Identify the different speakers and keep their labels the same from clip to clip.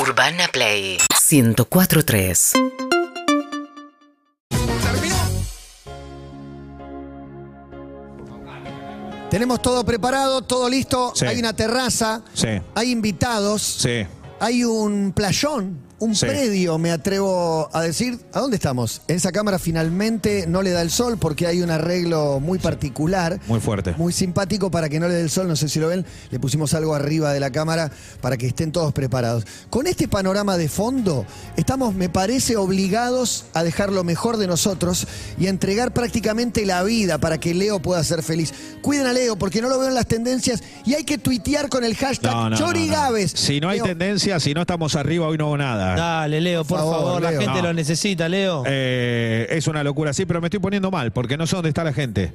Speaker 1: Urbana Play 1043.
Speaker 2: ¿Terminó? Tenemos todo preparado, todo listo.
Speaker 3: Sí.
Speaker 2: Hay una terraza,
Speaker 3: Sí.
Speaker 2: hay invitados,
Speaker 3: Sí.
Speaker 2: hay un playón, un
Speaker 3: Sí.
Speaker 2: predio, me atrevo a decir. ¿A dónde estamos? En esa cámara finalmente no le da el sol porque hay un arreglo muy particular.
Speaker 3: Muy fuerte.
Speaker 2: Muy simpático para que no le dé el sol, no sé si lo ven, le pusimos algo arriba de la cámara para que estén todos preparados. Con este panorama de fondo, estamos, me parece, obligados a dejar lo mejor de nosotros y a entregar prácticamente la vida para que Leo pueda ser feliz. Cuiden a Leo porque no lo veo en las tendencias y hay que tuitear con el hashtag
Speaker 3: No, no, no, no.
Speaker 2: Chorigaves.
Speaker 3: Si no hay
Speaker 2: Leo,
Speaker 3: tendencia, si no estamos arriba, hoy no hago nada.
Speaker 4: Dale, Leo, por
Speaker 2: Favor,
Speaker 4: favor, la
Speaker 2: Leo.
Speaker 4: gente
Speaker 3: No.
Speaker 4: lo necesita, Leo.
Speaker 3: Eh, es una locura, sí, pero me estoy poniendo mal porque no sé dónde está la gente.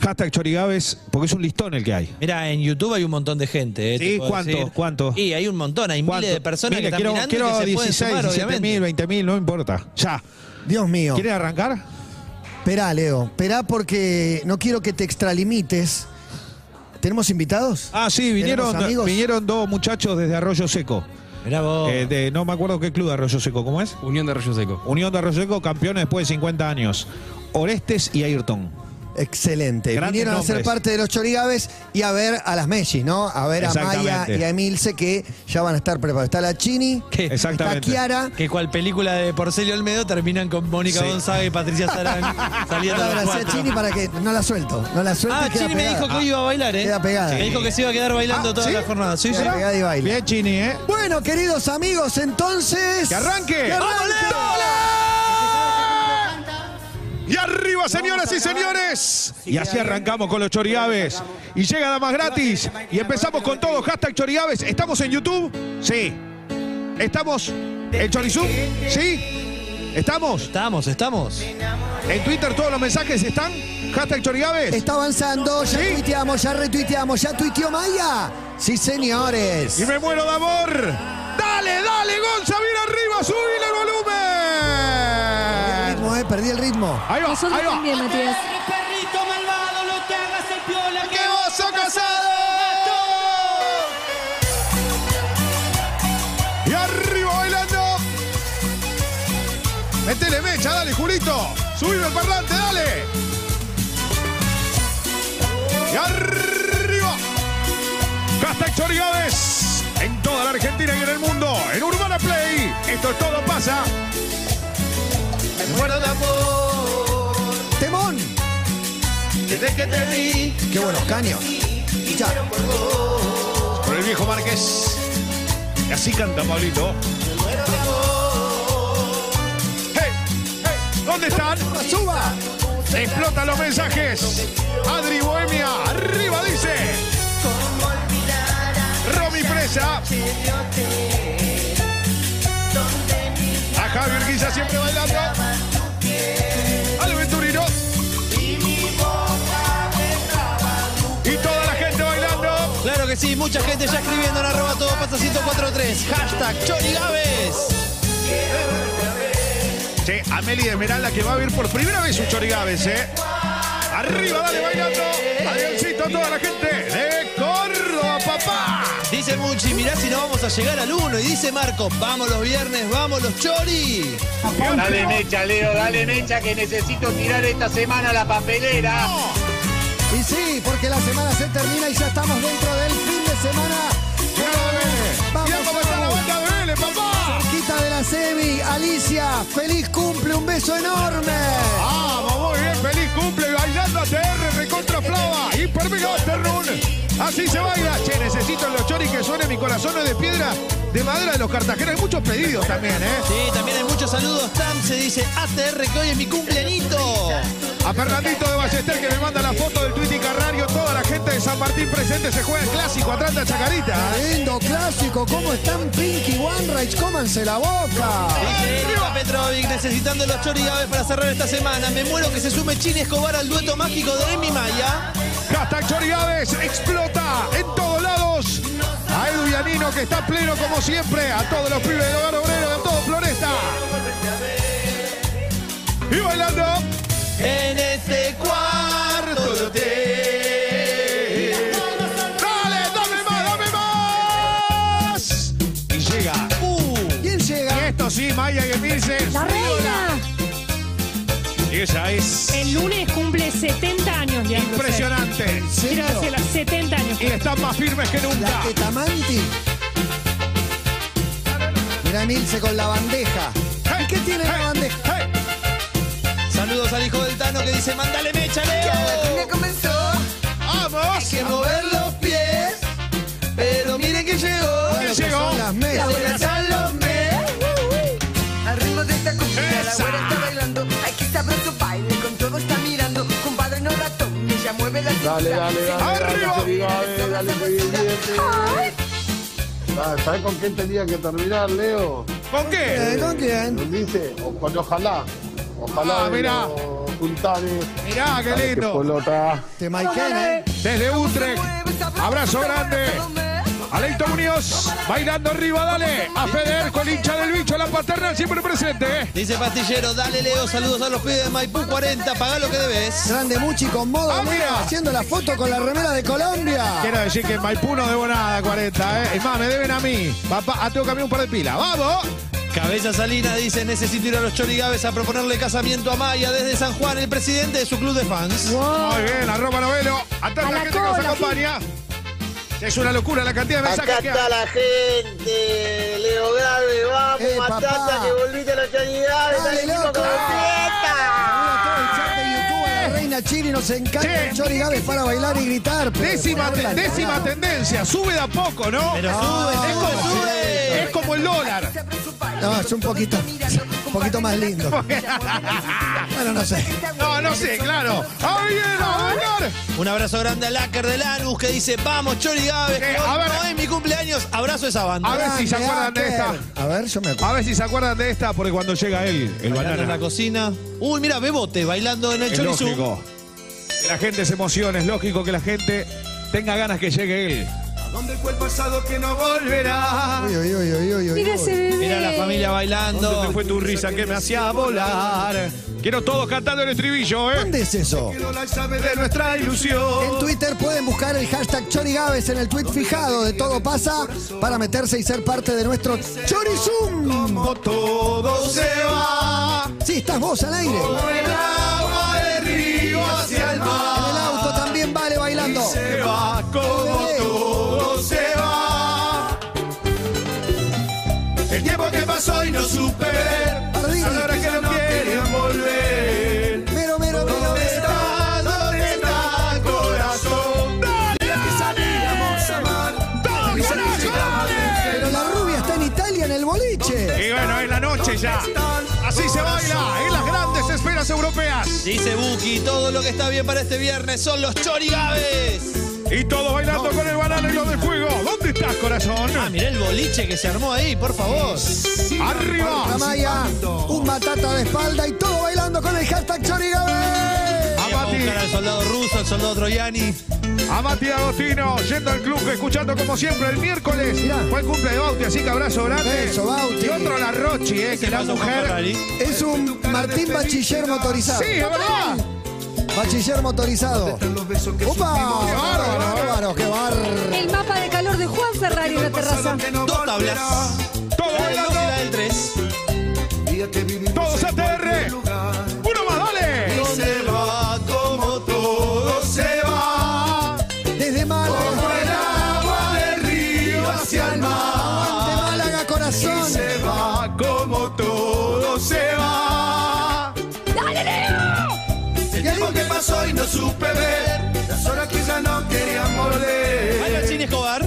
Speaker 3: Hashtag Chorigaves, porque es un listón el que hay.
Speaker 4: Mirá, en YouTube hay un montón de gente. eh,
Speaker 3: Sí,
Speaker 4: te puedo
Speaker 3: ¿cuánto?
Speaker 4: decir.
Speaker 3: ¿Cuánto?
Speaker 4: Y hay un montón, hay
Speaker 3: ¿Cuánto?
Speaker 4: miles de personas
Speaker 3: Miles,
Speaker 4: que están
Speaker 3: quiero,
Speaker 4: mirando y
Speaker 3: quiero
Speaker 4: que se pueden
Speaker 3: 16,
Speaker 4: sumar,
Speaker 3: 17 mil,
Speaker 4: obviamente.
Speaker 3: 20 mil, no importa. Ya.
Speaker 2: Dios mío.
Speaker 3: ¿Quieres arrancar?
Speaker 2: Esperá, Leo. Esperá porque no quiero que te extralimites. ¿Tenemos invitados?
Speaker 3: Ah, sí,
Speaker 2: ¿Tenemos
Speaker 3: vinieron,
Speaker 2: amigos?
Speaker 3: vinieron dos muchachos desde Arroyo Seco.
Speaker 4: Mirá vos.
Speaker 3: Eh, de- no me acuerdo qué club de Arroyo Seco, ¿cómo es?
Speaker 5: Unión de Arroyo Seco.
Speaker 3: Unión de Arroyo Seco, campeones después de 50 años. Orestes y Ayrton.
Speaker 2: Excelente.
Speaker 3: Grandes
Speaker 2: Vinieron a ser
Speaker 3: nombres.
Speaker 2: parte de los Chorigaves y a ver a las Messi, ¿no? A ver a Maya
Speaker 3: Exactamente.
Speaker 2: y a Emilce que ya van a estar preparados. Está la Chini,
Speaker 4: Que-
Speaker 2: está
Speaker 3: Exactamente.
Speaker 2: Kiara.
Speaker 4: Que cual película de Porcelio Olmedo terminan con Mónica
Speaker 3: Sí.
Speaker 4: González y Patricia Sarán saliendo de
Speaker 2: Ahora
Speaker 4: los
Speaker 2: sí a
Speaker 4: cuatro.
Speaker 2: Chini para que no la suelto. No la suelto.
Speaker 4: Ah,
Speaker 2: y queda
Speaker 4: Chini me
Speaker 2: pegada.
Speaker 4: dijo que hoy iba a bailar, ¿eh?
Speaker 2: Queda pegada.
Speaker 4: Me dijo que se iba a quedar bailando
Speaker 3: Ah,
Speaker 4: toda
Speaker 3: ¿sí?
Speaker 4: la jornada. Sí, sí.
Speaker 2: Queda pegada y baila.
Speaker 3: Bien, Chini, ¿eh?
Speaker 2: Ah. Bueno, queridos amigos, entonces.
Speaker 3: ¡Que arranque!
Speaker 2: ¡Que arranque!
Speaker 3: Y arriba, señoras y señores. Y así arrancamos con los chorigaves. Y llega Damas Gratis. Y empezamos con todo. Hashtag chorigaves. ¿Estamos en YouTube? Sí. ¿Estamos en Chorizú? Sí. ¿Estamos?
Speaker 4: Estamos, estamos.
Speaker 3: ¿En Twitter todos los mensajes están? Hashtag chorigaves.
Speaker 2: Está avanzando, ya
Speaker 3: ¿Sí?
Speaker 2: tuiteamos, ya retuiteamos, ya tuiteó Maya. Sí, señores.
Speaker 3: Y me muero de amor. Dale, dale, Gonza, bien arriba, subile el
Speaker 2: Perdí el ritmo,
Speaker 3: volumen.
Speaker 2: eh, perdí el ritmo.
Speaker 3: Ahí va,
Speaker 6: Nosotros
Speaker 3: ahí va.
Speaker 6: también, Matías.
Speaker 7: Perrito malvado, no te hagas el piola
Speaker 3: ¡Que vos sos casado! Y arriba bailando. Metele mecha, dale, Julito. Subime el parlante, dale. Y arriba. Hashtag Chorigaves. En toda la Argentina y en el mundo. En Urbana Play. Esto es todo pasa.
Speaker 7: Me muero de amor
Speaker 2: Temón.
Speaker 7: Desde que te vi
Speaker 2: Qué buenos caños. Ya.
Speaker 3: Por el viejo Márquez. Y así canta Pablito. Hey, hey, ¿Dónde están?
Speaker 2: ¡Suba!
Speaker 3: Explotan los mensajes. Adri Bohemia, arriba dice. Romy Presa. A Javier Guisa siempre bailando. Al Venturino. Y toda la gente bailando.
Speaker 4: Claro que sí, mucha gente ya escribiendo en arroba todo pasa 1043. Hashtag Chorigaves.
Speaker 3: Che, Ameli de Esmeralda que va a ver por primera vez un Chorigaves, ¿eh? Arriba, dale bailando. Adriancito a toda la gente de Córdoba, papá.
Speaker 4: Dice Muchi, mirá si no vamos a llegar al 1. Y dice Marco, vamos los viernes, vamos los Chori.
Speaker 8: Dale mecha, Leo, dale mecha que necesito tirar esta semana la papelera.
Speaker 2: Y sí, porque la semana se termina y ya estamos dentro del fin de semana.
Speaker 3: Mirá la de Vélez.
Speaker 2: Vamos,
Speaker 3: Mirá cómo está la
Speaker 2: vamos.
Speaker 3: banda de Vélez, papá.
Speaker 2: Quita de la Semi, Alicia, feliz cumple, un beso enorme.
Speaker 3: Vamos, muy bien, feliz cumple. Bailando ATR, recontra Flava, hiper mega Afternoon. Así se baila. Che, necesito en los choris que suene mi corazón no es de piedra, de madera de los cartageros. Hay muchos pedidos también, ¿eh?
Speaker 4: Sí, también hay muchos saludos. Tam se dice ATR que hoy es mi cumpleañito.
Speaker 3: A Fernandito de Ballester que me manda la foto del Twitty Carrario. Toda la gente de San Martín presente se juega el clásico atrás de Chacarita.
Speaker 2: Lindo, clásico, ¿cómo están Pinky One Rage? Cómanse la boca.
Speaker 4: Dice Erika Petrovic necesitando los Chorigaves para cerrar esta semana. Me muero que se sume Chini Escobar al dueto mágico de Emi Maya.
Speaker 3: Hashtag Chorigaves explota en todos lados. A Edu Yanino que está pleno como siempre. A todos los pibes del hogar obrero, de todo Floresta. Y bailando.
Speaker 4: En este cuarto de hotel.
Speaker 3: ¡Dale, dame más, dame más! Y llega.
Speaker 4: Uh,
Speaker 3: Eso sí, Maya que Mirce.
Speaker 5: ¡La reina!
Speaker 3: Y ella es
Speaker 5: El lunes cumple 70 años, Leandro.
Speaker 3: impresionante.
Speaker 2: ¿En serio?
Speaker 5: Mírasela, 70 años.
Speaker 3: Y están más firmes que
Speaker 2: La
Speaker 3: nunca.
Speaker 2: Tetamanti. Mirá a Milce con la bandeja. ¿Y qué tiene la bandeja?
Speaker 3: ¡Hey!
Speaker 4: Saludos al hijo del Tano que dice, mándale mecha, Leo.
Speaker 2: comenzó
Speaker 4: Vamos.
Speaker 2: que mover los pies.
Speaker 4: Pero miren que llegó.
Speaker 2: Bueno, pues, que
Speaker 3: Llegó.
Speaker 2: son las mesas.
Speaker 6: Al ritmo de esta cumbia la
Speaker 3: Esa.
Speaker 6: güera está bailando Ay, qué sabroso baile, con todo está mirando Compadre no ratón, ella mueve la cintura
Speaker 9: Dale, dale, dale.
Speaker 3: ¡Arriba!
Speaker 9: Dale, dale, dale, que divierte. Ah, ¿Sabes con quién tenía que terminar, Leo?
Speaker 3: ¿Con
Speaker 2: Eh,
Speaker 3: qué?
Speaker 2: ¿Con quién?
Speaker 9: ¿Nos dice? O con ojalá. Ojalá.
Speaker 3: Ah,
Speaker 9: de
Speaker 3: mirá.
Speaker 9: los Juntares.
Speaker 3: Mirá, qué
Speaker 9: Dale, que
Speaker 3: lindo.
Speaker 9: Polota.
Speaker 2: Te maiquen, ¿eh?
Speaker 3: Desde Utrecht. Abrazo grande. A Leighton Muñoz, bailando arriba, dale. A Feder, con hincha del bicho, la paternal siempre presente, ¿eh?
Speaker 4: Dice Pastillero, dale Leo, saludos a los pibes de Maipú 40, pagá lo que debes.
Speaker 2: Grande Muchi con modo
Speaker 3: Ah,
Speaker 2: moda,
Speaker 3: mira.
Speaker 2: haciendo la foto con la remera de Colombia.
Speaker 3: Quiero decir que en Maipú no debo nada, 40, ¿eh? Es más, me deben a mí. Papá, ah, tengo que cambiar un par de pilas. ¡Vamos!
Speaker 4: Cabeza Salina dice, necesito ir a los Chorigaves a proponerle casamiento a Maya desde San Juan, el presidente de su club de fans.
Speaker 5: Wow.
Speaker 3: Muy bien, arroba novelo. A tanta
Speaker 5: Oh. A la
Speaker 3: gente que nos
Speaker 5: cola,
Speaker 3: acompaña. Es una locura la cantidad de mensajes
Speaker 8: Acá
Speaker 3: que hay.
Speaker 8: está la gente, Leo Grave, vamos,
Speaker 2: Eh, papá.
Speaker 8: Matata, que volviste a la actualidad,
Speaker 2: Dale,
Speaker 8: dale,
Speaker 2: loco.
Speaker 8: loco, con la fiesta.
Speaker 2: Mira todo el chat de YouTube,
Speaker 3: ¡Eh!
Speaker 2: a la reina Chiri nos encanta
Speaker 3: Che.
Speaker 2: el Chori Gávez para bailar y gritar. pero
Speaker 3: Décima,
Speaker 2: ponerla al
Speaker 3: décima
Speaker 2: lado.
Speaker 3: tendencia, sube de a poco, ¿no?
Speaker 4: Pero
Speaker 2: sube,
Speaker 3: es como,
Speaker 4: sube.
Speaker 3: Es como el dólar.
Speaker 2: No, es un poquito, un poquito más lindo. Bueno, no sé.
Speaker 3: No, no sé, claro. ¡Ah, bien, a bailar!
Speaker 4: Un abrazo grande al Lácar de Lanús que dice, vamos Chorigaves,
Speaker 3: Eh,
Speaker 4: que
Speaker 3: a
Speaker 4: hoy
Speaker 3: ver.
Speaker 4: no es mi cumpleaños, abrazo a esa
Speaker 3: A
Speaker 4: banda.
Speaker 3: ver si se
Speaker 2: Grande,
Speaker 3: acuerdan de
Speaker 2: Acker.
Speaker 3: esta.
Speaker 2: A ver, yo me acuerdo.
Speaker 3: A ver si se acuerdan de esta, porque cuando llega él, el
Speaker 4: Bailando en la
Speaker 3: banana.
Speaker 4: cocina. Uy, mira, Bebote bailando en el
Speaker 3: Es
Speaker 4: chorizú.
Speaker 3: lógico. Que la gente se emociona, es lógico que la gente tenga ganas que llegue él.
Speaker 4: Donde el cuerpo asado que no volverá.
Speaker 2: Uy, uy, uy, uy, uy, uy.
Speaker 5: Mira ese bebé.
Speaker 4: Mira la familia
Speaker 3: ¿Dónde te
Speaker 4: bailando.
Speaker 3: fue tu risa que me hacía volar? Quiero todos cantando el estribillo, ¿eh?
Speaker 2: ¿Dónde es eso?
Speaker 3: De nuestra
Speaker 2: En
Speaker 3: ilusión.
Speaker 2: Twitter pueden buscar el hashtag Chorigaves en el tweet fijado de Todo Pasa para meterse y ser parte de nuestro Chorizum.
Speaker 3: Como todo se va.
Speaker 2: Sí, estás vos al aire. En
Speaker 3: Como el agua de río hacia el
Speaker 2: el
Speaker 3: mar.
Speaker 2: auto también vale bailando.
Speaker 3: Se va como todo se va. El tiempo que pasó y no supe ver.
Speaker 2: Perdí.
Speaker 3: Ahora que no quieren volver.
Speaker 2: Mero, mero, mero.
Speaker 3: ¿Dónde está? ¿Dónde está corazón? Que sabíamos amar. ¡Todos
Speaker 2: Pero la rubia está en Italia en el boliche. Eh,
Speaker 3: Y bueno, es la noche ya. Así se baila en las grandes esferas europeas.
Speaker 4: Dice Buki, todo lo que está bien para este viernes son los Chorigaves.
Speaker 3: Y todos bailando con el banano y lo del fuego. ¿Dónde estás, corazón?
Speaker 4: Ah, mirá el boliche que se armó ahí, por favor.
Speaker 2: La
Speaker 3: Arriba.
Speaker 2: Maya, un batata de espalda y todo bailando con el hashtag Chorigaves.
Speaker 3: A
Speaker 4: Vamos a
Speaker 3: Mati,
Speaker 4: buscar al soldado ruso, al soldado troyani.
Speaker 3: a Mati Agostino, yendo al club, escuchando como siempre el miércoles.
Speaker 2: Mirá.
Speaker 3: Fue el cumple de Bauti, así que abrazo grande.
Speaker 2: Beso, Bauti.
Speaker 3: Y otro la Rochi, eh, que la
Speaker 4: pasó con
Speaker 3: mujer.
Speaker 4: Ferrari?
Speaker 2: Es un Martín Bachiller motorizado.
Speaker 3: Sí, es verdad.
Speaker 2: Bachiller motorizado. ¡Opa! ¡Qué bárbaro,
Speaker 3: ¿eh?
Speaker 2: qué bárbaro, qué bárbaro!
Speaker 5: El mapa de calor de Juan Ferrari en la terraza.
Speaker 4: Dos tablas.
Speaker 3: Todo
Speaker 4: La del 2
Speaker 3: eh.
Speaker 4: y la
Speaker 3: bailando,
Speaker 4: del 3.
Speaker 3: todos ATR. Uno más, dale.
Speaker 4: Se va como todo se va.
Speaker 2: Desde Málaga,
Speaker 3: agua del río hacia el mar.
Speaker 2: de Málaga, corazón.
Speaker 3: Se va como todo se va.
Speaker 5: ¡Dale, Leo!
Speaker 2: El tiempo que
Speaker 3: pasó y no supe ver. Las horas que ya no quería morder.
Speaker 4: Baila Chini Escobar.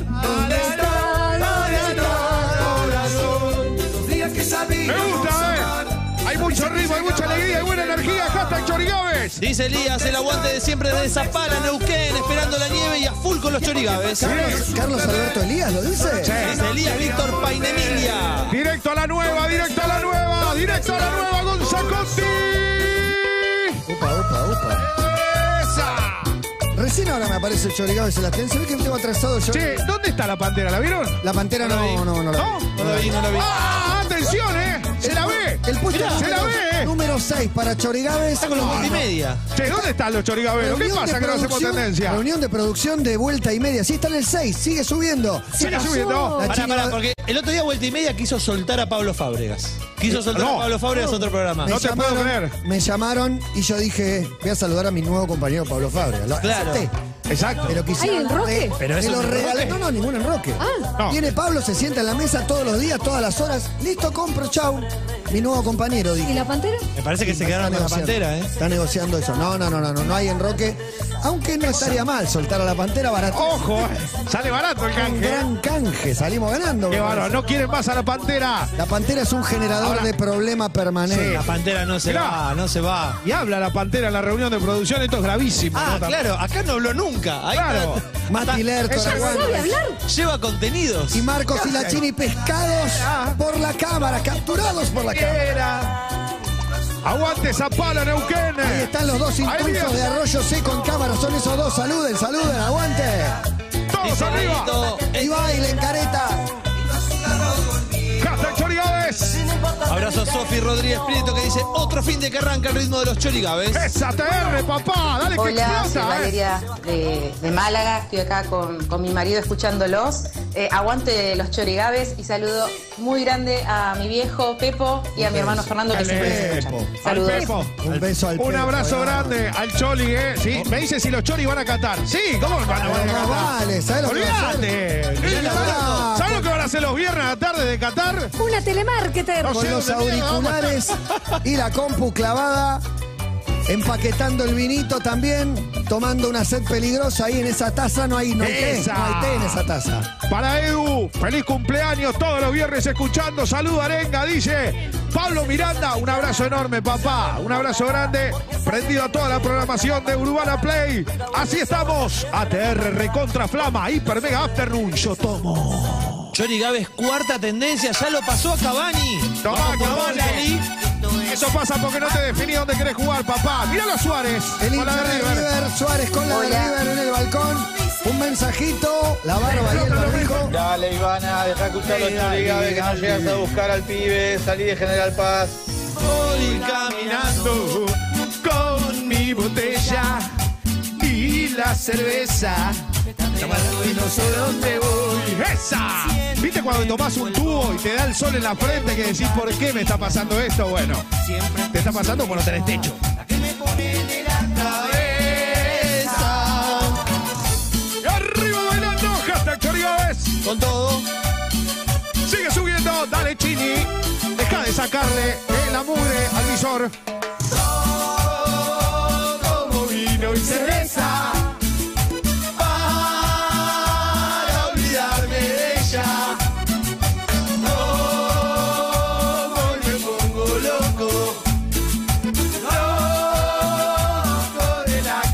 Speaker 3: Me gusta, eh. Hay mucho ritmo, hay mucha alegría, hay buena energía. Hashtag Chorigaves.
Speaker 4: Dice Elías, el aguante de siempre de Zapala, Neuquén, esperando la nieve y a full con los chorigaves.
Speaker 2: Carlos, Carlos Alberto Elías lo dice.
Speaker 4: Dice Eh, Elías Víctor Painemilia.
Speaker 3: Directo a la nueva, directo a la nueva, directo a la nueva, Gonzacotti.
Speaker 2: Opa, opa, opa.
Speaker 3: ¡Esa!
Speaker 2: Recién ahora me aparece el chorigado y se la tiene. Se ve que tengo atrasado yo.
Speaker 3: Che, ¿dónde está la pantera? ¿La vieron?
Speaker 2: La pantera no, no, no. la-
Speaker 3: ¿No?
Speaker 4: No lo vi, no lo vi.
Speaker 3: ¡Ah! ¡Atención, eh! ¡Se la ve!
Speaker 2: El puesto
Speaker 4: Mirá,
Speaker 3: se la ve.
Speaker 2: número 6 para Chorigaves.
Speaker 4: Está con los
Speaker 2: Ah,
Speaker 4: multimedia.
Speaker 3: Che, ¿dónde están los chorigaberos? ¿Qué
Speaker 2: Reunión
Speaker 3: pasa
Speaker 2: de
Speaker 3: que no hacemos
Speaker 2: producción-
Speaker 3: tendencia?
Speaker 2: Reunión de producción de vuelta y media. Sí, está en el 6, sigue subiendo.
Speaker 3: Sigue
Speaker 5: pasó.
Speaker 3: subiendo.
Speaker 2: La
Speaker 4: Pará,
Speaker 2: chica-
Speaker 4: pará, porque el otro día vuelta y media quiso soltar a Pablo Fábregas. Quiso soltar
Speaker 3: No.
Speaker 4: a Pablo Fábregas a otro programa.
Speaker 2: Me
Speaker 3: No te puedo
Speaker 2: llamaron-
Speaker 3: creer.
Speaker 2: Me llamaron y yo dije, voy a saludar a mi nuevo compañero Pablo Fabra. Lo
Speaker 4: Claro.
Speaker 2: acepté.
Speaker 3: Exacto.
Speaker 2: Pero quisiera
Speaker 5: ¿Hay enroque? Ah.
Speaker 2: darle-
Speaker 4: Pero eso
Speaker 2: me lo
Speaker 4: es enroque.
Speaker 2: regalé. No, no, ningún enroque.
Speaker 3: No.
Speaker 2: Viene Pablo, se sienta en la mesa todos los días, todas las horas. Listo, compro, chau. Mi nuevo compañero, dije.
Speaker 5: ¿Y la pantera?
Speaker 4: Me parece que se quedaron con la pantera, ¿eh?
Speaker 2: Está negociando eso. No, no, no, no, no, no hay enroque. Aunque no estaría mal soltar a la pantera barato.
Speaker 3: Ojo, eh. sale barato el
Speaker 2: Un
Speaker 3: canje. eh.
Speaker 2: gran canje, salimos ganando.
Speaker 3: Qué
Speaker 2: me
Speaker 3: bárbaro,
Speaker 2: parece.
Speaker 3: no quieren más a la pantera.
Speaker 2: La pantera es un generador
Speaker 3: Ahora-
Speaker 2: de problema permanente.
Speaker 4: La pantera no se
Speaker 3: Mirá.
Speaker 4: va, no se va.
Speaker 3: Y habla la pantera en la reunión de producción, esto es gravísimo.
Speaker 4: Ah,
Speaker 3: ¿no? También.
Speaker 4: claro, acá no habló nunca. Ahí
Speaker 3: Claro.
Speaker 4: está-
Speaker 2: Mati Lerto,
Speaker 3: Esa-
Speaker 2: Aragüán.
Speaker 5: ¿Sabe hablar?
Speaker 4: lleva contenidos.
Speaker 2: y Marcos y Lachini pescados por la cámara, capturados por la cámara.
Speaker 3: Era. Aguante esa pala, Neuquén. eh.
Speaker 2: Ahí están los dos
Speaker 3: Ahí
Speaker 2: impulsos
Speaker 3: viene.
Speaker 2: de Arroyo Seco en cámara, son esos dos, saluden, saluden, aguante.
Speaker 3: Todos
Speaker 4: Dice
Speaker 3: arriba.
Speaker 4: Benito,
Speaker 2: Y
Speaker 4: eh,
Speaker 2: bailen, careta.
Speaker 3: Hashtag Chorigades.
Speaker 4: abrazo a Sofi Rodríguez Prieto que dice otro fin de que arranca el ritmo de los chorigaves.
Speaker 3: Esa TR, papá. Dale que
Speaker 10: Hola, soy
Speaker 3: explota. eh.
Speaker 10: Valeria de, de Málaga, estoy acá con, con mi marido escuchándolos. Eh, aguante los chorigaves y saludo muy grande a mi viejo Pepo y a mi hermano Fernando que
Speaker 3: Al
Speaker 10: siempre nos
Speaker 3: Pepo.
Speaker 10: escuchan.
Speaker 3: Al
Speaker 10: Saludos.
Speaker 3: Pepo.
Speaker 2: Un beso al
Speaker 3: Un
Speaker 2: Pepo, eh.
Speaker 3: abrazo
Speaker 2: ahí va.
Speaker 3: grande al Choli, ¿eh? Sí, me dice si los Choli van a cantar. Sí, ¿cómo van a, van a
Speaker 2: Pero
Speaker 3: cantar?
Speaker 2: más vale, ¿sabes lo que va a hacer?
Speaker 3: Olvídate.
Speaker 2: Mirá la
Speaker 3: ¿Sabes
Speaker 2: verdad.
Speaker 3: ¿sabes lo que van a hacer los viernes a la tarde de Qatar?
Speaker 5: Una telemarketer.
Speaker 3: No
Speaker 2: Con
Speaker 3: sé
Speaker 2: los
Speaker 3: dónde mierda vamos a
Speaker 2: auriculares y la compu clavada, empaquetando el vinito también, tomando una sed peligrosa ahí en esa taza, no hay, no hay té,
Speaker 3: Esa.
Speaker 2: no hay té en esa taza.
Speaker 3: Para Edu, feliz cumpleaños todos los viernes escuchando. Salud Arenga, dice Pablo Miranda. Un abrazo enorme, papá. Un abrazo grande. Prendido a toda la programación de Urbana Play. Así estamos. ATR recontra flama. Hiper mega afternoon. Yo tomo.
Speaker 4: Chorigaves cuarta tendencia, ya lo pasó a Cavani.
Speaker 3: Tomá,
Speaker 4: Vamos por
Speaker 3: Cavani.
Speaker 4: Cavani.
Speaker 3: Eso pasa porque no te definí dónde querés jugar, papá. Míralo a Suárez.
Speaker 2: El
Speaker 3: Con la
Speaker 2: hincha
Speaker 3: de
Speaker 2: de
Speaker 3: River.
Speaker 2: River, Suárez con la de
Speaker 10: Hola.
Speaker 2: River en el balcón. Un mensajito, la barba y el barbijo.
Speaker 8: Dale, Ivana, deja escuchar los chorigaves que no llegas a buscar al pibe. Salí de General Paz.
Speaker 4: Voy caminando.
Speaker 3: caminando con mi botella y la cerveza. Y no sé dónde voy. ¡Esa! ¿Viste cuando tomás un tubo y te da el sol en la frente que decís por qué me está pasando esto? Bueno, te está pasando por no tenés techo. Y arriba bailando, hashtag Chorigaves.
Speaker 4: Con todo.
Speaker 3: Sigue subiendo, dale Chini. Deja de sacarle eh, la mugre al visor. Como vino y cerveza. Para olvidarme de ella.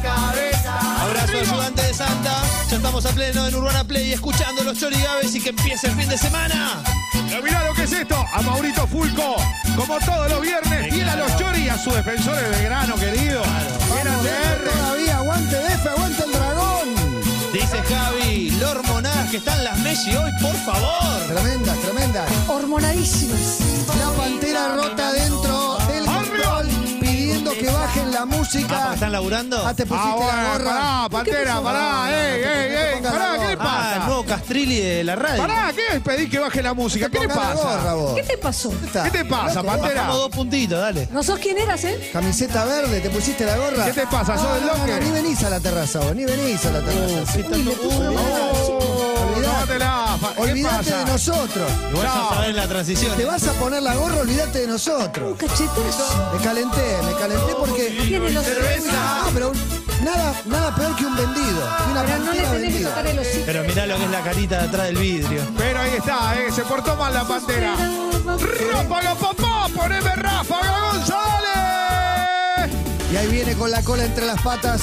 Speaker 4: Abrazo ayudante de Santa. Ya estamos a pleno en Urbana Play escuchando los chorigaves y que empiece el fin de semana.
Speaker 3: Pero mirá lo que es esto. A Maurito Fulco, como todos los viernes, tiene a los choris y a sus defensores de grano, querido. Viene
Speaker 2: Vamos, River,
Speaker 3: ATR.
Speaker 2: Todavía, aguante DF, aguante el dragón.
Speaker 4: Dice Javi, Lormonás, que están las Messi hoy, por favor. Ah,
Speaker 2: Tremenda, tremenda.
Speaker 5: Hormonadísimos.
Speaker 2: La pantera rota dentro del
Speaker 3: Arriba.
Speaker 2: control, pidiendo que bajen la música.
Speaker 4: Ah, ¿Están laburando?
Speaker 2: Ah, te
Speaker 3: Ah,
Speaker 2: pusiste la
Speaker 3: bueno,
Speaker 2: gorra.
Speaker 3: pará, Pantera, pará, ey, ey, ey, pará, ¿qué le
Speaker 4: Ah, el
Speaker 3: pasa?
Speaker 4: nuevo Castrilli de la radio.
Speaker 3: Pará, ¿qué es pedir que baje la música? ¿Qué le
Speaker 2: Ponga la gorra,
Speaker 3: pasa?
Speaker 2: vos.
Speaker 5: ¿Qué te pasó?
Speaker 3: ¿Qué te pasa, Pantera?
Speaker 4: Bajamos dos puntitos, dale.
Speaker 5: ¿No sos quién eras, eh?
Speaker 2: Camiseta verde, te pusiste la gorra.
Speaker 3: ¿Qué te pasa?
Speaker 2: No,
Speaker 3: ¿Sos del
Speaker 2: no, no,
Speaker 3: loque? Uh,
Speaker 2: ni venís a la terraza vos, ni venís a la terraza.
Speaker 4: sí, tanto-
Speaker 3: Oh,
Speaker 2: Olvidate.
Speaker 3: tómatela, pa- Uh, ¿qué
Speaker 2: Olvídate
Speaker 3: pasa?
Speaker 2: de nosotros.
Speaker 4: Igual ya
Speaker 3: No.
Speaker 4: sabés la transición.
Speaker 2: Te vas a poner la gorra, olvídate de
Speaker 5: Un
Speaker 2: nosotros.
Speaker 5: cachetazo.
Speaker 2: Me calenté, me calenté porque.
Speaker 5: Tiene los
Speaker 2: No, pero un- nada, nada peor que un vendido. que Una
Speaker 5: Pero no le
Speaker 2: pantera
Speaker 5: tenés que
Speaker 2: vendida.
Speaker 5: tocar el hocico.
Speaker 4: Pero mirá lo que es la carita de atrás del vidrio.
Speaker 3: Pero ahí está, eh, se portó mal la pantera. ¡Ráfaga, papá! ¡Poneme Ráfaga González!
Speaker 2: Y ahí viene con la cola entre las patas.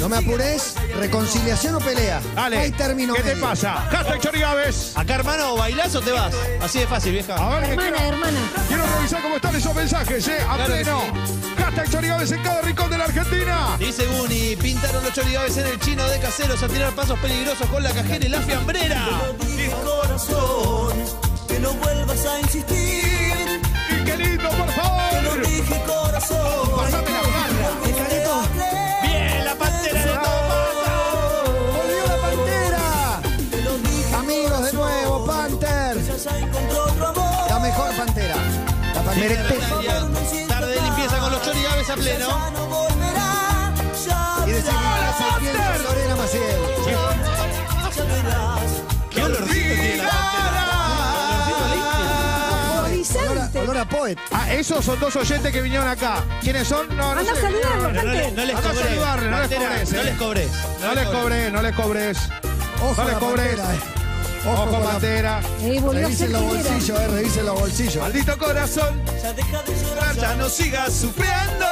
Speaker 2: No me apures, reconciliación o pelea. No
Speaker 3: Dale,
Speaker 2: hay término
Speaker 3: ¿qué te
Speaker 2: medio.
Speaker 3: pasa? Hashtag Chorigaves.
Speaker 4: Acá, hermano, o bailás o te vas. Así de fácil, vieja.
Speaker 3: A ver, que quiero,
Speaker 5: Hermana, hermana.
Speaker 3: quiero revisar cómo están esos mensajes, eh, a
Speaker 4: Claro que
Speaker 3: pleno. Hashtag Chorigaves en cada rincón de la Argentina.
Speaker 4: Dice Guni, pintaron los chorigaves en el chino de caseros a tirar pasos peligrosos con la cajera y la fiambrera.
Speaker 3: Y qué lindo
Speaker 2: mejor Pantera. La Pantera empezó con-
Speaker 4: Tarde de limpieza con los chorigaves a pleno.
Speaker 2: y decir, "Gracias, fiel de Lorena Maciel.
Speaker 4: ¡Qué olorcito tiene la pantera!
Speaker 2: Olor a-
Speaker 5: Movilizante.
Speaker 2: Olor a poet.
Speaker 3: Ah, esos son dos oyentes que vinieron acá. ¿Quiénes son? No, no
Speaker 5: Anda a
Speaker 3: sé.
Speaker 5: saludarlo,
Speaker 4: No, le- no
Speaker 5: Pantera.
Speaker 4: les
Speaker 3: Acá
Speaker 4: cobré.
Speaker 3: saludarle, no les
Speaker 4: Pantera,
Speaker 3: cobres,
Speaker 4: No
Speaker 3: eh.
Speaker 4: les cobré.
Speaker 3: No les cobres, no les cobres.
Speaker 2: Ojo
Speaker 3: No
Speaker 2: a
Speaker 3: les
Speaker 2: la
Speaker 3: cobres.
Speaker 2: Pantera, eh. Ojo,
Speaker 3: Ojo,
Speaker 2: con la-
Speaker 3: Pantera.
Speaker 5: Eh, volvió a ser
Speaker 2: Revisen los
Speaker 5: primera.
Speaker 2: bolsillos, eh, revisen los bolsillos.
Speaker 3: Maldito corazón,
Speaker 7: Ya deja de llorar,
Speaker 3: ya no sigas sufriendo.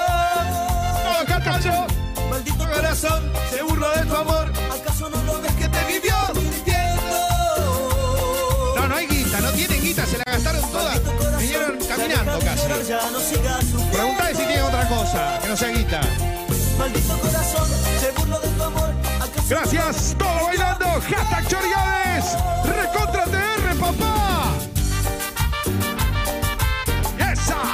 Speaker 3: No, canta yo.
Speaker 7: maldito
Speaker 3: Corazón, se burló de tu amor.
Speaker 7: ¿Acaso no lo ves que te vivió mintiendo?
Speaker 3: No, no hay guita, no tienen guita, se la gastaron todas. Vinieron caminando casi.
Speaker 7: Ya no sigas sufriendo.
Speaker 3: Preguntale si tienen otra cosa, que no sea guita.
Speaker 7: Maldito corazón, se burló de tu amor. ¿Acaso
Speaker 3: Gracias, todo bailando. Hashtag Chorigades. Recontra TR, papá. ¡Esa!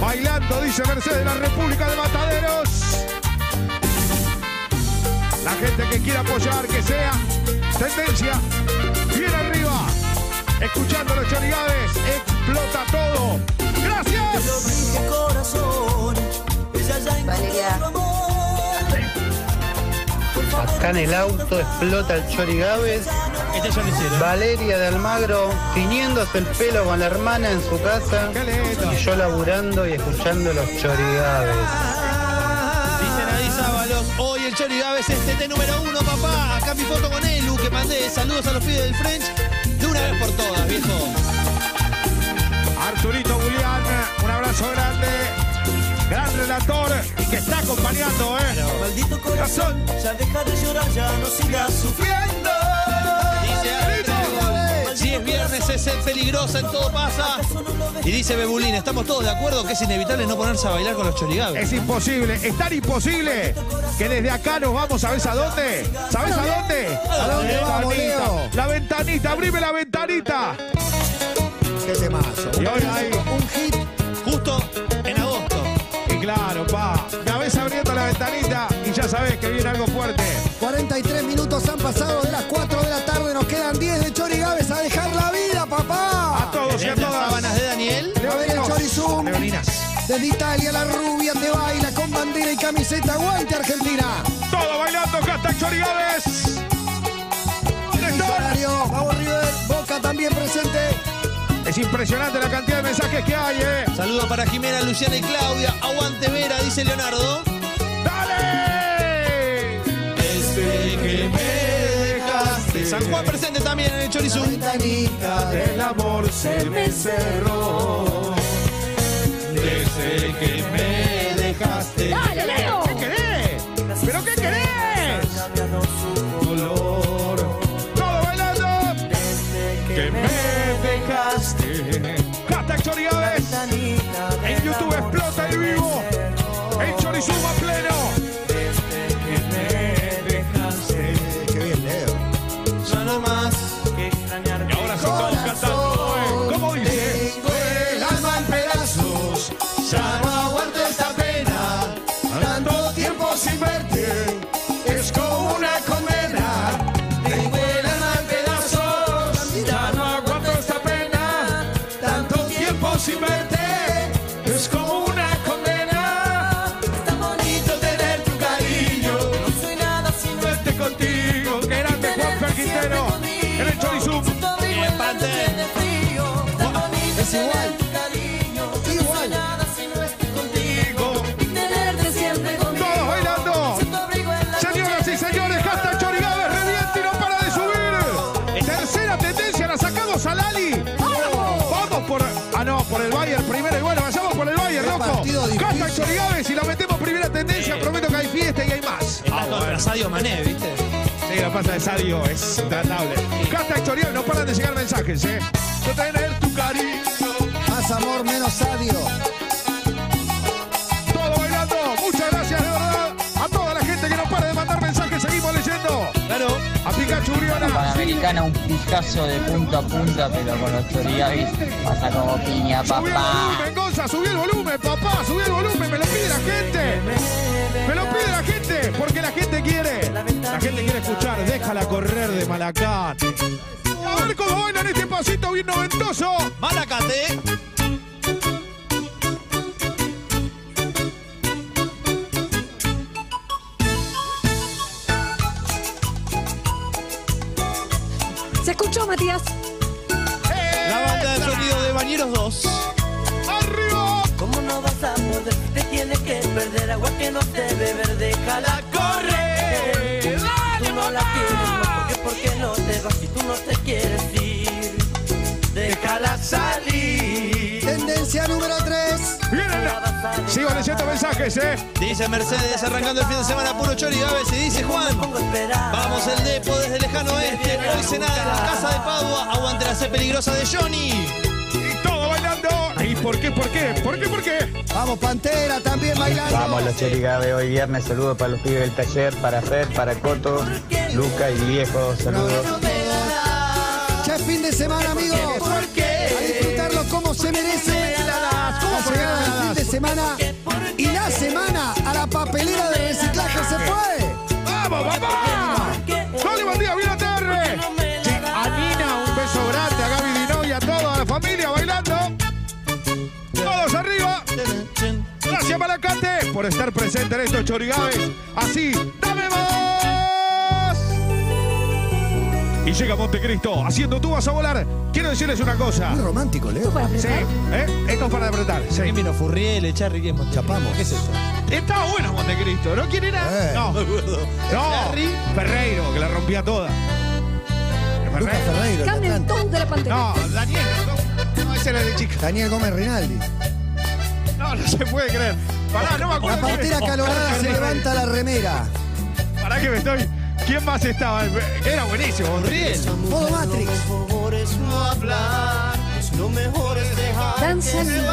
Speaker 3: Bailando, dice Mercedes, la República de Mataderos. La gente que quiera apoyar, que sea tendencia. Bien arriba. Escuchando los Chorigades, explota todo. ¡Gracias!
Speaker 7: Qué corazón, ella ya
Speaker 10: Valeria.
Speaker 7: encontró tu amor.
Speaker 8: Acá en el auto explota el Chorigaves.
Speaker 4: Este ya lo hicieron.
Speaker 8: Valeria de Almagro tiñéndose el pelo con la hermana en su casa.
Speaker 3: ¡Qué lindo!
Speaker 8: Y yo laburando y escuchando los Chorigaves.
Speaker 4: Dicen ahí Sábalos, hoy el Chori Gávez es TT número uno, papá. Acá mi foto con Elu que mandé. Saludos a los pibes del French. De una vez por todas, viejo.
Speaker 3: Arturito Julián, un abrazo grande. Gran relator y que está acompañando, ¿eh?
Speaker 7: Maldito corazón, ya deja de llorar, ya no sigas sufriendo.
Speaker 4: Dice Álvaro, si es viernes es ser peligrosa, en todo pasa. Y dice Bebulina, estamos todos de acuerdo que es inevitable no ponerse a bailar con los chorigaves.
Speaker 3: Es imposible, es tan imposible que desde acá nos vamos, ¿sabes a dónde? ¿Sabes a dónde?
Speaker 2: ¿A dónde vamos,
Speaker 3: Ventanita,
Speaker 2: Leo?
Speaker 3: La ventanita, abrime la ventanita.
Speaker 2: Qué temazo.
Speaker 3: Y hoy hay,
Speaker 2: Un hit.
Speaker 4: Justo en agosto.
Speaker 3: y claro, pa, una vez abriendo la ventanita y ya sabes que viene algo fuerte.
Speaker 2: 43 minutos han pasado de las 4 de la tarde. Nos quedan 10 de Chori Gávez a dejar la vida,
Speaker 3: A
Speaker 2: papá.
Speaker 3: todos y a
Speaker 4: ¿Tenés las sábanas
Speaker 3: todas.
Speaker 4: de Daniel?
Speaker 2: A ver el
Speaker 3: Leoninos,
Speaker 2: Chorizum.
Speaker 3: Leoninas.
Speaker 2: Desde Italia, la rubia te baila con bandera y camiseta. ¡Aguante, Argentina!
Speaker 3: Todo bailando, hashtag Chorigaves. ¿Dónde están?
Speaker 2: Millonario, vamos River, Boca también presente.
Speaker 3: Es impresionante la cantidad de mensajes que hay, ¿eh?
Speaker 4: Saludos para Jimena, Luciana y Claudia. Aguante Vera, dice Leonardo.
Speaker 3: ¡Dale!
Speaker 4: Desde que me dejaste. San Juan presente también en el Chorizum.
Speaker 2: Ventanita de-
Speaker 3: El amor se me cerró. Desde que me dejaste.
Speaker 5: Dale, Leo.
Speaker 3: ¿Qué querés? ¿Pero qué querés? Color. Todo bailando. que me dejaste. Hashtag Chorigaves. En YouTube explota el vivo. El Chorizuma pleno.
Speaker 2: Qué bien, Leo.
Speaker 4: Ya no más.
Speaker 3: Y ahora sí todos cantando, ¿eh? ¿Cómo dice?
Speaker 2: Tengo
Speaker 4: Pues
Speaker 2: el alma en pedazos, ya no aguanto esta pena. Tanto tiempo sin verte, es como una condena. Tengo el alma en pedazos, ya no aguanto esta pena. Tanto tiempo sin verte, es como una condena. Tan bonito tener tu cariño, no soy nada sin verte contigo.
Speaker 3: Qué grande Juan Perquintero en el Chorizum.
Speaker 2: Es igual, igual.
Speaker 5: Tenerte siempre conmigo.
Speaker 3: Todos bailando. Señoras y señores, hashtag Chorigaves revienta y no para de subir. Tercera tendencia, la sacamos a Lali. Vamos por. Ah, no, por el Bayern primero. Y bueno, vayamos por el Bayern,
Speaker 2: Qué
Speaker 3: loco.
Speaker 2: partido difícil.
Speaker 3: Hashtag Chorigaves y la metemos primera tendencia. Prometo que hay fiesta y hay más.
Speaker 4: Está contra Ah, Sadio Mané, ¿viste?
Speaker 3: Sí, la pasa de Sadio es tratable. Hashtag Chorigaves, no paran de llegar mensajes, ¿eh? Yo tener tu cariño.
Speaker 2: Más amor, menos sadio.
Speaker 3: Todo bailando. Muchas gracias de verdad a toda la gente que nos para de mandar mensajes. Seguimos leyendo.
Speaker 4: Claro.
Speaker 3: A Pikachu Uriana.
Speaker 11: Panamericana un pijazo de punta a punta, pero con los chorigavis pasa como piña,
Speaker 3: Subí el
Speaker 11: papá.
Speaker 3: volumen, Gonza, subí el volumen, papá, subí el volumen, me lo pide la gente. Me lo pide la gente, porque la gente quiere. La gente quiere escuchar, déjala correr de Malacate. A ver cómo bailan este pasito bien noventoso.
Speaker 4: Malacate.
Speaker 5: Se escuchó, Matías.
Speaker 4: La banda de sonido de Bañeros 2.
Speaker 3: ¡Arriba!
Speaker 7: ¿Cómo no vas a poder? Te tienes que perder agua que no te beber, déjala correr. Tú no la quieres más, porque, porque no te vas si tú no te quieres ir. Déjala salir.
Speaker 2: Tendencia número 3.
Speaker 3: Vienen. Sigo leyendo mensajes, ¿eh?
Speaker 4: Dice Mercedes, arrancando el fin de semana puro chori Gávez y dice Juan, vamos el depo desde lejano oeste, no dice nada en la casa de Padua, aguante la C peligrosa de Johnny.
Speaker 3: Y todo bailando. ¿Y por qué? ¿Por qué? ¿Por qué? ¿Por qué?
Speaker 2: Vamos, Pantera, también bailando.
Speaker 11: Vamos los chorigabe, hoy viernes saludos para los pibes del taller, para Fer, para Coto, Luca y Viejo, saludos.
Speaker 2: Ya es fin de semana, amigos. A disfrutarlo como se merece. La llegada del fin de semana y la semana a la papelera de reciclaje se fue.
Speaker 3: ¡Vamos, papá! ¡Dale, Matías, bien tarde! Sí, a Nina, un beso grande, a Gaby Dino y a toda la familia bailando. Todos arriba. Gracias, Malacate, por estar presente en estos chorigaves. Así, ¡dame más! Y llega Montecristo, haciendo tú vas a volar. Quiero decirles una cosa.
Speaker 2: Muy romántico, Leo.
Speaker 3: Sí, ¿eh? Esto es para apretar. Sí.
Speaker 4: Ahí vino Furriel, Charry, ¿qué es Montecristo?
Speaker 2: Chapamos.
Speaker 4: ¿Qué es eso?
Speaker 3: Estaba bueno Montecristo, ¿no? ¿Quién era?
Speaker 2: Eh.
Speaker 3: No, no.
Speaker 4: Larry.
Speaker 3: Ferreiro, que la rompía toda.
Speaker 2: Lucas
Speaker 3: Ferreiro.
Speaker 2: Ferreiro, el
Speaker 5: Cambien
Speaker 2: cantante.
Speaker 5: todo de la pantalla.
Speaker 3: No, Daniel, no, no, ese era de chica.
Speaker 2: Daniel Gómez Rinaldi.
Speaker 3: No, no se puede creer. Pará, no me acuerdo.
Speaker 2: La partera
Speaker 3: quién-
Speaker 2: calorada
Speaker 3: Oscar
Speaker 2: se
Speaker 3: Ferreiro.
Speaker 2: levanta la remera.
Speaker 3: Pará que me estoy. ¿Quién más estaba? Era buenísimo, Montecristo.
Speaker 2: Modo Matrix.
Speaker 7: Por favor, es no hablar, es lo mejor es dejar
Speaker 5: Danza
Speaker 7: que se
Speaker 5: libre.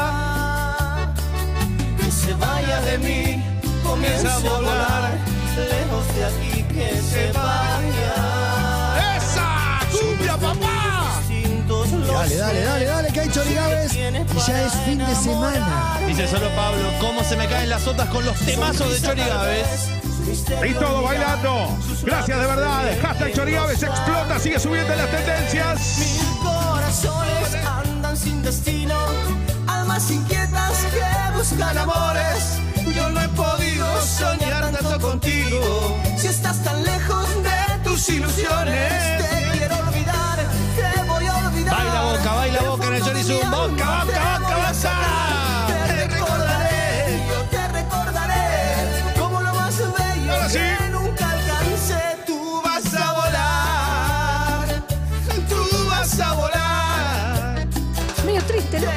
Speaker 7: vaya. Que se vaya de mí, comienza a volar, lejos de aquí que se vaya.
Speaker 3: ¡Esa! ¡Cumbia, papá!
Speaker 7: Distintos los
Speaker 2: Dale, dale, dale, dale, que hay chorigaves.
Speaker 7: tienes
Speaker 2: Y ya
Speaker 7: para
Speaker 2: es fin de semana.
Speaker 4: Dice solo Pablo, ¿cómo se me caen las sotas con los temazos de Chori Gávez?
Speaker 3: Y todo bailando. Gracias de verdad. Hashtag Chorigaves explota, sigue subiendo las tendencias.
Speaker 7: Corazones andan sin destino, almas inquietas que buscan amores. Yo no he podido soñar tanto contigo. Si estás tan lejos de tus ilusiones, te quiero olvidar, te voy a olvidar.
Speaker 4: Baila boca, baila boca en el Chori Zoom. Boca, boca, boca, boca.
Speaker 7: Te recordaré, yo te recordaré como lo más bello
Speaker 3: Ahora sí.
Speaker 7: que nunca alcancé. Tú vas a volar, tú vas a volar.
Speaker 5: Medio triste, ¿no?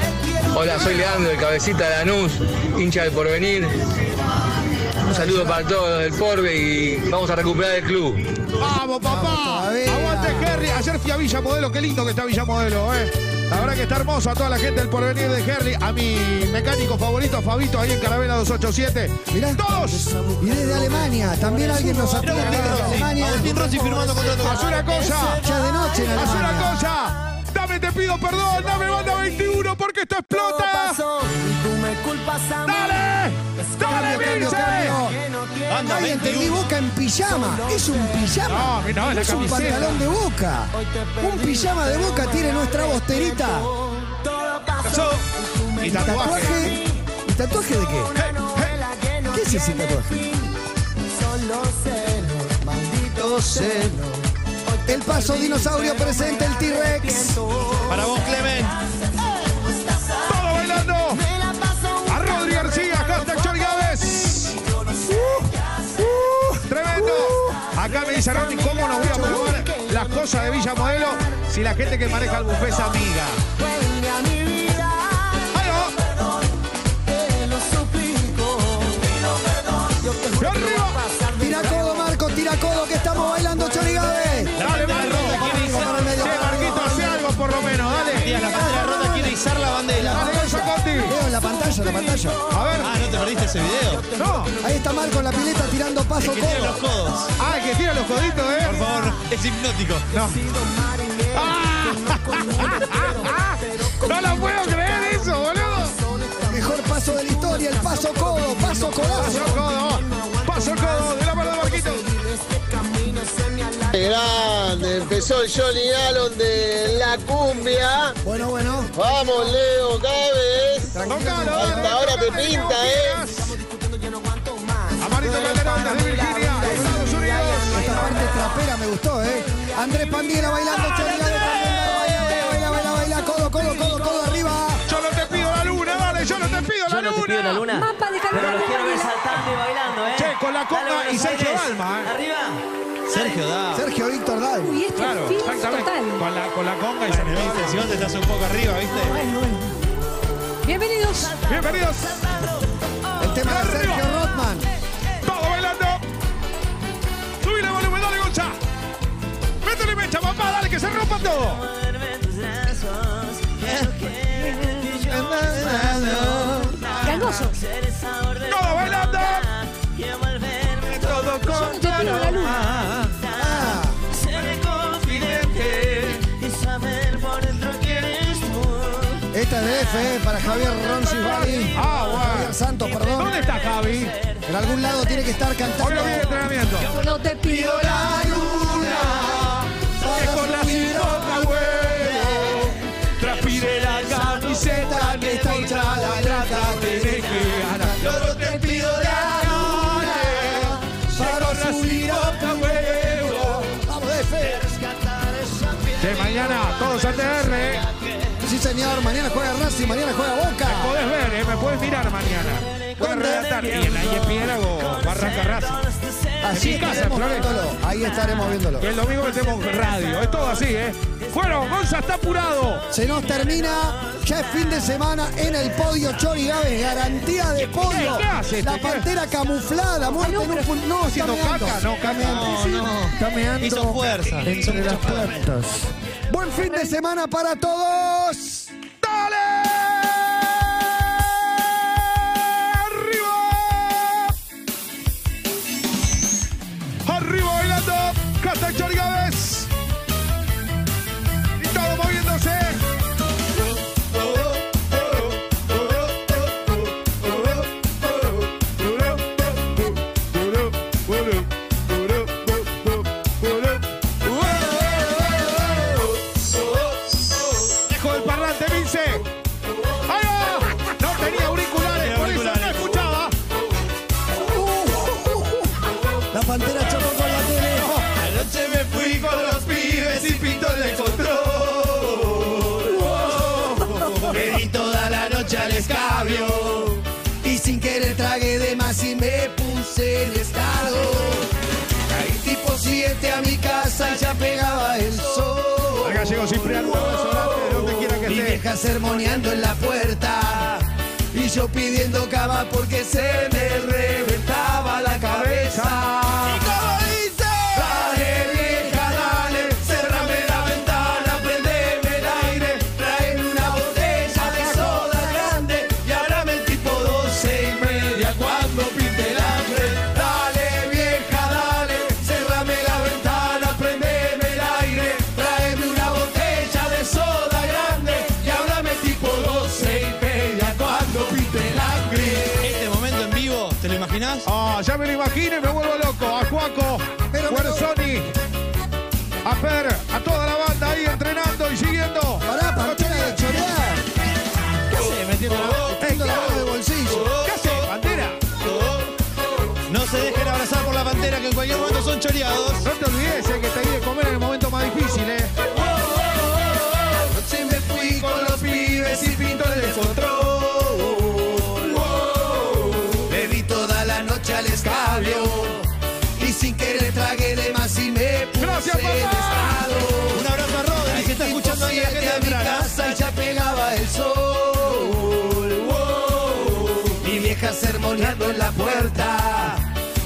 Speaker 11: Hola, soy Leandro, el cabecita de Lanús, hincha del porvenir. Un saludo para todos del Porve y vamos a recuperar el club.
Speaker 3: ¡Vamos, papá!
Speaker 2: todavía.
Speaker 3: ¡Aguante, Henry! Ayer fui a Villa Modelo, qué lindo que está Villa Modelo, ¿eh? La verdad que está hermoso a toda la gente del porvenir de Henry, a mi mecánico favorito, Fabito, ahí en Carabela 287.
Speaker 2: Mirá.
Speaker 3: ¡Todos!
Speaker 2: Y desde Alemania, también alguien nos
Speaker 4: Era
Speaker 2: atura
Speaker 4: Agustín
Speaker 2: desde
Speaker 4: Rossi.
Speaker 2: Alemania.
Speaker 4: Agustín Rossi firmando contrato
Speaker 3: ¡Haz una cosa!
Speaker 2: Ya de noche en
Speaker 3: ¡Haz una
Speaker 2: Alemania.
Speaker 3: cosa! ¡Dame, te pido perdón! ¡Dame banda 21 porque esto
Speaker 7: Todo
Speaker 3: explota!
Speaker 7: pasó y tú me culpas a mí.
Speaker 3: ¡Dale! ¡Dale,
Speaker 2: Cambio, cambio,
Speaker 3: Vince!
Speaker 2: cambio.
Speaker 7: Que no quiero
Speaker 4: Anda,
Speaker 2: Ay, entendí
Speaker 4: 21.
Speaker 2: Boca en pijama. Es un pijama.
Speaker 3: No, no, es Ah, la
Speaker 2: es un
Speaker 3: camiseta.
Speaker 2: pantalón de Boca. Un pijama de Boca tiene nuestra bosterita.
Speaker 7: todo pasó.
Speaker 3: Eso. Y tatuaje.
Speaker 2: Tatuaje. ¿Y tatuaje de qué? ¿Qué es ese tatuaje?
Speaker 7: Solo celos, maldito
Speaker 2: El paso dinosaurio presente el T-Rex.
Speaker 4: Para vos, Clement.
Speaker 3: ¡Todo bailando! ¡A Rodri García! ¡Hashtag Chori Gávez! ¡Tremendo! Acá me dice Ronnie, ¿cómo nos voy a probar las cosas de Villa Modelo si la gente que maneja el buffet es amiga?
Speaker 7: Vuelve a mi vida.
Speaker 3: ¡Ahí va!
Speaker 7: Te lo suplico. Yo te
Speaker 3: ¡Y
Speaker 7: juro
Speaker 3: arriba!
Speaker 2: Tira codo, Marco, tira codo, que estamos bailando, Chorigabe.
Speaker 3: ¡Dale, Marco! Che, Marquito, hace algo por lo menos, dale.
Speaker 4: Tía, la bandera rota quiere izar la bandera.
Speaker 3: Dale, Gonza Conti.
Speaker 2: Leo, en la pantalla, en la pantalla.
Speaker 3: A ver,
Speaker 4: Ah, ¿no te perdiste ese video?
Speaker 3: no.
Speaker 2: Ahí está Marco en la pileta tirando paso
Speaker 4: Que tiene los
Speaker 2: codo.
Speaker 4: codos.
Speaker 3: Ah, que tira los coditos, ¿eh?
Speaker 4: Por favor, es hipnótico.
Speaker 3: No. Ah, no lo puedo creer eso, boludo.
Speaker 2: Mejor paso de la historia, el paso codo, paso codazo.
Speaker 3: Paso codo, paso codo de la mano de Marquito.
Speaker 9: Grande,
Speaker 12: que soy Johnny Allen de la cumbia.
Speaker 2: Bueno, bueno.
Speaker 12: Vamos, Leo, Gávez. Hasta ahora te pinta, ¿eh?
Speaker 3: Amarito Calderón desde Virginia, Estados Unidos.
Speaker 2: Esta parte trapera me gustó, ¿eh? Andrés Pandina bailando, Chori Gávez también. Baila, baila, baila, baila, codo, codo, codo, codo, arriba.
Speaker 3: Yo no te pido la luna, dale, yo no te pido la
Speaker 13: Yo no te pido la luna.
Speaker 5: Mapa
Speaker 13: Pero
Speaker 5: de Calderón
Speaker 13: los
Speaker 5: de
Speaker 13: quiero ver
Speaker 5: Manila.
Speaker 13: saltando y bailando, ¿eh?
Speaker 3: Che, con la copa
Speaker 13: Dale, Buenos
Speaker 3: y Sergio
Speaker 13: Aires.
Speaker 3: Dalma, ¿eh?
Speaker 13: Arriba.
Speaker 4: Sergio da.
Speaker 2: Sergio Víctor Dal.
Speaker 5: Uy, este
Speaker 3: Claro,
Speaker 5: fin
Speaker 3: exactamente.
Speaker 5: total.
Speaker 3: Con la, con la conga y se
Speaker 4: Bueno, viste, si vos te estás un poco arriba, ¿viste?
Speaker 5: Bueno, bueno. Bienvenidos.
Speaker 3: Bienvenidos,
Speaker 2: El tema de Sergio Rothman.
Speaker 3: todos bailando. Subile volumen, dale, Gonza. Métele mecha, papá, dale, que se rompa todo.
Speaker 5: Gangoso.
Speaker 3: Todos bailando.
Speaker 7: Todo
Speaker 5: Yo no te pido la luna.
Speaker 2: Ah,
Speaker 7: ser confidente y saber por dentro quién es tú.
Speaker 2: esta es de F, ¿eh? Para Javier Roncivali.
Speaker 3: Ah, bueno.
Speaker 2: Javier Santos, perdón.
Speaker 3: ¿Dónde está Javi?
Speaker 2: En algún lado tiene que estar
Speaker 3: Hoy
Speaker 2: cantando.
Speaker 3: no viene entrenamiento.
Speaker 5: No te pido la
Speaker 3: Que con la sirota huevo Transpire la camiseta que está hinchada Trata de negar Yo no te pido de ayuda Para con la sirota huevo
Speaker 2: Vamos, de F.
Speaker 3: De mañana, todos ATR
Speaker 2: Sí, señor. Mañana juega Racing, mañana juega Boca.
Speaker 3: Podés ver, eh, me puedes mirar mañana Puedes
Speaker 2: ¿Dónde?
Speaker 3: relatar Y en la ESPN hago Barranca Racing
Speaker 2: Así
Speaker 3: En mi casa,
Speaker 2: estaremos
Speaker 3: Flores.
Speaker 2: viéndolo. Ahí estaremos viéndolo.
Speaker 3: Y el domingo metemos radio Es todo así, ¿eh? Bueno, Gonza está apurado
Speaker 2: Se nos termina, ya es fin de semana en el podio Chori Gávez, garantía de podio.
Speaker 3: ¿Qué? ¿Qué hace este?
Speaker 2: La pantera camuflada, muerta en un fun- No,
Speaker 3: haciendo
Speaker 2: cameando.
Speaker 3: caca, no, caca,
Speaker 2: Cameando,
Speaker 3: no,
Speaker 2: sí,
Speaker 4: no.
Speaker 2: cameando
Speaker 4: Hizo fuerza.
Speaker 2: Entre las puertas. Buen fin de semana para todos.
Speaker 3: ¡Arriba! ¡Arriba bailando! ¡Hashtag Chori Gávez! Y todo moviéndose. Dejo el parlante, Vince. ¡Ahí va! No tenía auriculares, por eso no escuchaba.
Speaker 2: La pantera chocó con la tele.
Speaker 4: Anoche me fui con los pibes y Pinto le encontró. Me di toda la noche al escabio y sin querer tragué de más y me puse en estado. Caí tipo 7 a mi casa y ya pegaba el sol.
Speaker 3: Acá llegó Cipriano, un abrazo grande, de donde quiera que
Speaker 4: Mi
Speaker 3: esté.
Speaker 4: vieja sermoneando en la puerta y yo pidiendo cava porque se me reventaba la cabeza. ¿Y cómo dice? Dale vieja, dale, cerrame la ventana, prendeme el aire, tráeme una botella de soda grande y háblame el tipo 12 y media cuando pinte el hambre. Dale vieja, dale, cerrame la ventana, prendeme el aire, tráeme una botella de soda grande y háblame el tipo 12 y media cuando pinte el hambre. Este momento en vivo, ¿te lo imaginas?
Speaker 3: Ah, ya me lo imagino y me vuelvo loco. A Juaco,
Speaker 2: Pero,
Speaker 3: Guerzoni, a Fer, a toda la banda ahí entrenando y siguiendo.
Speaker 2: Pará, pantera de chorear.
Speaker 4: ¿Qué hace metiendo la voz?
Speaker 2: Metiendo la voz de bolsillo.
Speaker 3: ¿Qué hace, bandera?
Speaker 4: No se dejen abrazar por la pantera que en cualquier momento son choreados.
Speaker 3: No te olvides eh, que te hay de comer en el momento más difícil, ¿eh?
Speaker 4: Anoche me fui con los pibes y pinto el descontrol. Me vi toda la noche al escabio y sin querer tragué de más y me puse
Speaker 3: Gracias, papá.
Speaker 4: desatado. Un abrazo a Rodri que está escuchando ahí la gente de mi casa y ya pegaba el sol. Mi vieja sermoneando en la puerta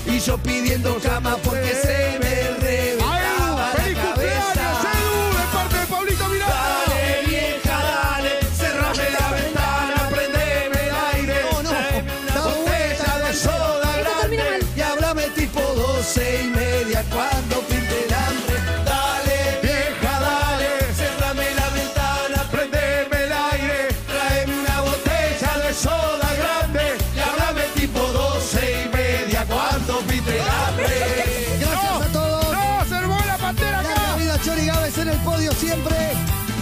Speaker 4: y yo pidiendo cama porque se me
Speaker 3: ¡Ay,
Speaker 4: reventaba
Speaker 3: ¡Feliz
Speaker 4: la cabeza.
Speaker 3: cumpleaños, Edu! De parte de Pablito Miranda.
Speaker 4: Dale vieja, dale, cerrame la ventana, prendeme el aire.
Speaker 2: No, no,
Speaker 4: tráeme
Speaker 2: da
Speaker 4: una botella de soda
Speaker 5: Esto termina
Speaker 4: grande.
Speaker 5: mal.
Speaker 4: Y háblame tipo 12 y media cuando pinte el hambre. Dale vieja, dale, cerrame la ventana, prendeme el aire. Tráeme una botella de soda grande. Y háblame tipo 12 y media cuando pinte el hambre.
Speaker 2: Gracias a el podio siempre.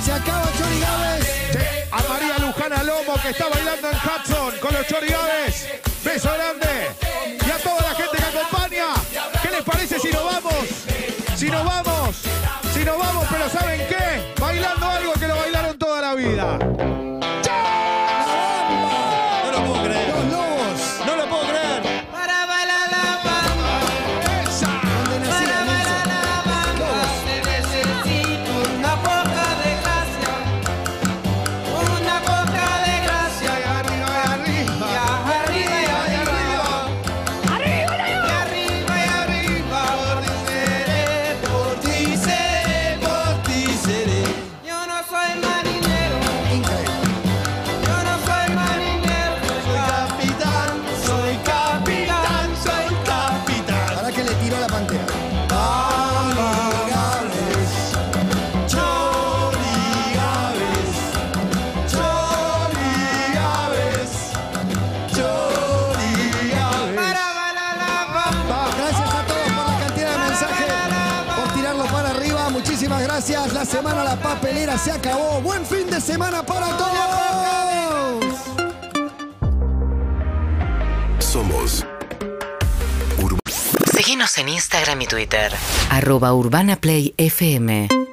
Speaker 2: Se acaba Chori Gávez.
Speaker 3: Che, a María Lujana Lomo que está bailando en Hudson con los chorigaves. Beso grande. Y a toda la gente que acompaña. ¿Qué les parece si nos vamos? Si nos vamos. Si nos vamos, pero ¿saben qué? Bailando algo que lo bailaron toda la vida.
Speaker 14: No lo puedo creer.
Speaker 2: Los lobos.
Speaker 14: No lo puedo creer.
Speaker 4: Para bailar la bamba. Para bailar la bamba. Te necesito una poca de gracia. Una poca de gracia. Y arriba, y arriba. Y arriba, y arriba. Y arriba, y arriba. Por ti seré, por ti seré, por ti seré. Yo no soy marinero. Yo no soy marinero. Soy capitán, soy capitán, soy capitán.
Speaker 2: Ahora que le tiró la pantera.
Speaker 14: Chorigaves, chorigaves, chorigaves, chorigaves.
Speaker 2: Ah, Gracias a todos por la cantidad de mensajes, por tirarlo para arriba. Muchísimas gracias. La semana La Papelera se acabó. Buen fin de semana para todos.
Speaker 15: Somos
Speaker 1: Seguinos en Instagram y Twitter. Arroba Urbana Play FM.